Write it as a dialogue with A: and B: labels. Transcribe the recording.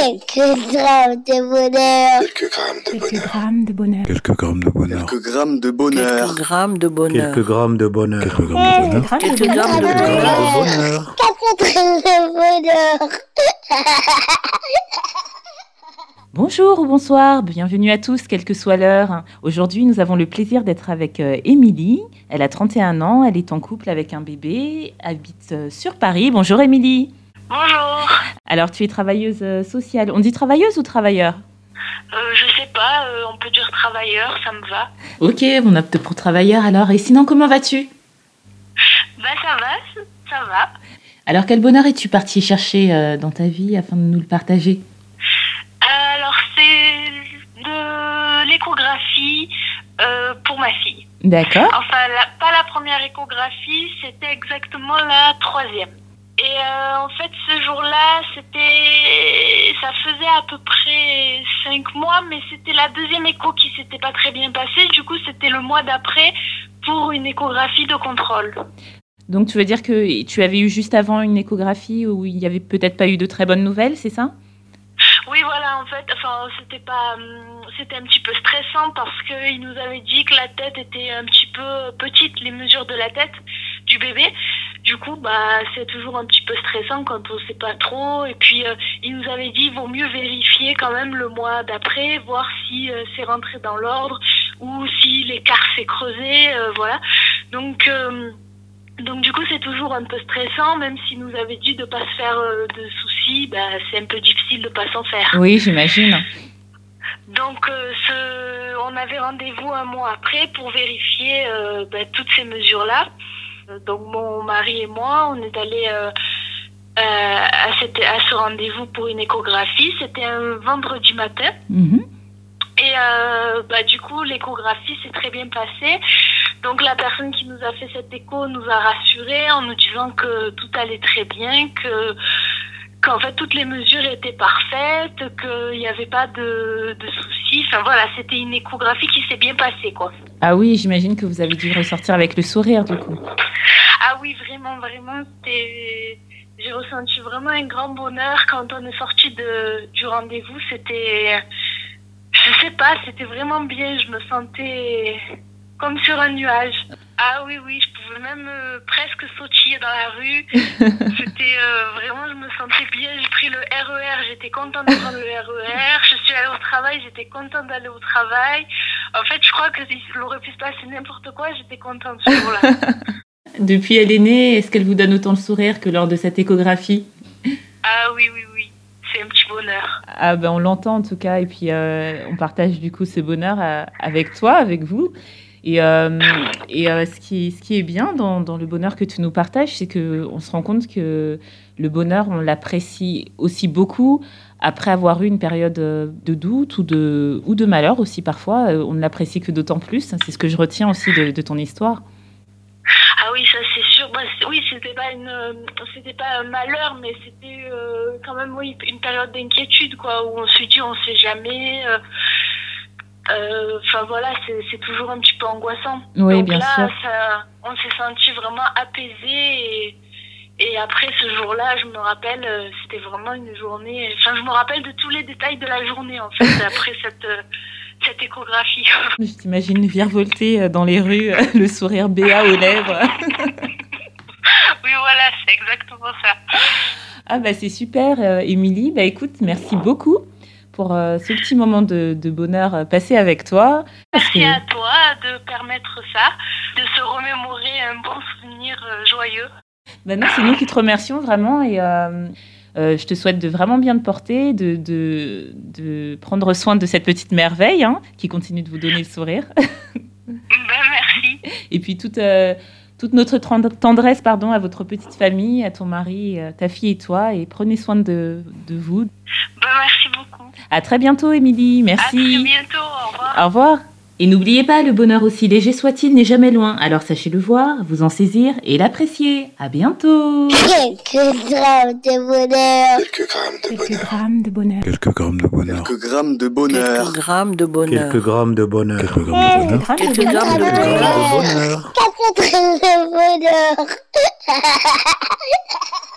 A: Quelques grammes de bonheur.
B: Quelques grammes de
C: Quelques
B: bonheur.
C: grammes de bonheur.
D: Quelques grammes de bonheur.
E: Quelques grammes de
F: Quelques
E: bonheur.
F: grammes de bonheur.
G: Quelques grammes de bonheur.
D: Quelques grammes de bonheur.
C: Quelques
F: Quelques
C: grammes
F: grammes
C: de
F: de
C: bonheur.
G: bonheur.
A: Quatre grammes de bonheur.
H: Bonjour ou bonsoir, bienvenue à tous, quelle que soit l'heure. Aujourd'hui, nous avons le plaisir d'être avec euh, Émilie. Elle a 31 ans, elle est en couple avec un bébé, habite euh, sur Paris. Bonjour Émilie.
I: Bonjour,
H: Alors, tu es travailleuse euh, sociale. On dit travailleuse ou travailleur
I: euh, je sais pas, euh, on peut dire travailleur, ça me va.
H: Ok, on opte pour travailleur alors. Et sinon, comment vas-tu
I: Bah ça va, c- ça va.
H: Alors, quel bonheur es-tu parti chercher euh, dans ta vie afin de nous le partager
I: Alors c'est de l'échographie euh, pour ma fille.
H: D'accord.
I: Enfin, la- pas la première échographie, c'était exactement la troisième. Et euh, en fait, ce jour-là, c'était, ça faisait à peu près cinq mois, mais c'était la deuxième écho qui s'était pas très bien passée. Du coup, c'était le mois d'après pour une échographie de contrôle.
H: Donc, tu veux dire que tu avais eu juste avant une échographie où il n'y avait peut-être pas eu de très bonnes nouvelles, c'est ça
I: Oui, voilà, en fait, enfin, c'était pas, hum, c'était un petit peu stressant parce que il nous avait dit que la tête était un petit peu petite, les mesures de la tête du bébé. Du coup, bah, c'est toujours un petit peu stressant quand on sait pas trop. Et puis, euh, il nous avait dit, vaut mieux vérifier quand même le mois d'après, voir si euh, c'est rentré dans l'ordre ou si l'écart s'est creusé, euh, voilà. Donc, euh, donc du coup, c'est toujours un peu stressant, même s'il nous avait dit de pas se faire euh, de soucis, bah, c'est un peu difficile de pas s'en faire.
H: Oui, j'imagine.
I: Donc, euh, ce, on avait rendez-vous un mois après pour vérifier euh, ben, toutes ces mesures-là. Euh, Donc, mon mari et moi, on est allés euh, euh, à, cette- à ce rendez-vous pour une échographie. C'était un vendredi matin.
H: Mhm.
I: Et euh, bah, du coup, l'échographie s'est très bien passée. Donc la personne qui nous a fait cette écho nous a rassurés en nous disant que tout allait très bien, que qu'en fait toutes les mesures étaient parfaites, qu'il n'y avait pas de, de soucis. Enfin voilà, c'était une échographie qui s'est bien passée quoi.
H: Ah oui, j'imagine que vous avez dû ressortir avec le sourire du coup.
I: Ah oui, vraiment, vraiment, c'était. J'ai ressenti vraiment un grand bonheur quand on est sorti de du rendez-vous. C'était, je sais pas, c'était vraiment bien. Je me sentais comme sur un nuage. Ah oui, oui, je pouvais même euh, presque sautiller dans la rue. C'était euh, vraiment, je me sentais bien. J'ai pris le RER, j'étais contente de prendre le RER. Je suis allée au travail, j'étais contente d'aller au travail. En fait, je crois que il aurait pu se passer n'importe quoi. J'étais contente ce jour-là.
H: Depuis elle est née, est-ce qu'elle vous donne autant le sourire que lors de cette échographie
I: Ah oui, oui, oui. C'est un petit bonheur.
H: Ah ben on l'entend en tout cas et puis euh, on partage du coup ce bonheur euh, avec toi, avec vous. Et, euh, et euh, ce, qui, ce qui est bien dans, dans le bonheur que tu nous partages, c'est que on se rend compte que le bonheur, on l'apprécie aussi beaucoup après avoir eu une période euh, de doute ou de, ou de malheur aussi parfois. Euh, On ne l'apprécie que d'autant plus. C'est ce que je retiens aussi de- de ton histoire.
I: Ah oui, ça c'est sûr. Bah, c'est- oui, c'était pas une, euh, c'était pas un malheur, mais c'était euh, quand même oui une période d'inquiétude quoi, où on se dit on sait jamais. euh, euh, Enfin voilà, c'est c'est toujours un petit peu angoissant.
H: Oui,
I: Donc
H: bien
I: là, euh,
H: sûr.
I: ça- on s'est senti vraiment apaisé et, et après ce jour-là, je me rappelle, euh, c'était vraiment une journée. Enfin, je me rappelle de tous les détails de la journée en fait après cette euh, cette échographie.
H: Je t'imagine virevolter euh, dans les rues, euh, le sourire béat aux lèvres.
I: oui, voilà, c'est exactement ça.
H: Ah bah c'est super, euh, Émilie. bah écoute, merci beaucoup pour euh, ce petit moment de, de bonheur euh, passé avec toi. Parce que-
I: Merci à toi de permettre ça, de se remémorer un bon souvenir euh, joyeux.
H: Bah non, c'est nous qui te remercions vraiment et euh, euh, je te souhaite de vraiment bien te porter, de, de, de prendre soin de cette petite merveille hein, qui continue de vous donner le sourire.
I: Ben, merci.
H: Et puis toute, euh, toute notre tren- tendresse pardon, à votre petite famille, à ton mari, euh, ta fille et toi. Et prenez soin de, de vous,
I: Ben, merci beaucoup.
H: À très bientôt, Émilie.
I: À très
H: Merci.
I: bientôt. Au revoir.
H: Au revoir. Et n'oubliez pas, le bonheur aussi léger soit-il n'est jamais loin. Alors sachez le voir, vous en saisir et l'apprécier. À bientôt.
A: Quelques grammes de bonheur.
B: Quelques grammes de
C: Quelques
B: bonheur.
C: grammes de bonheur.
D: Quelques grammes de bonheur.
E: Quelques grammes de bonheur.
F: Quelques grammes de bonheur.
G: Quelques grammes de bonheur.
C: Quelques grammes de
D: Quelques grammes de bonheur.
F: Quelques
C: bonheur.
F: grammes de bonheur.
A: Quatre grammes de bonheur.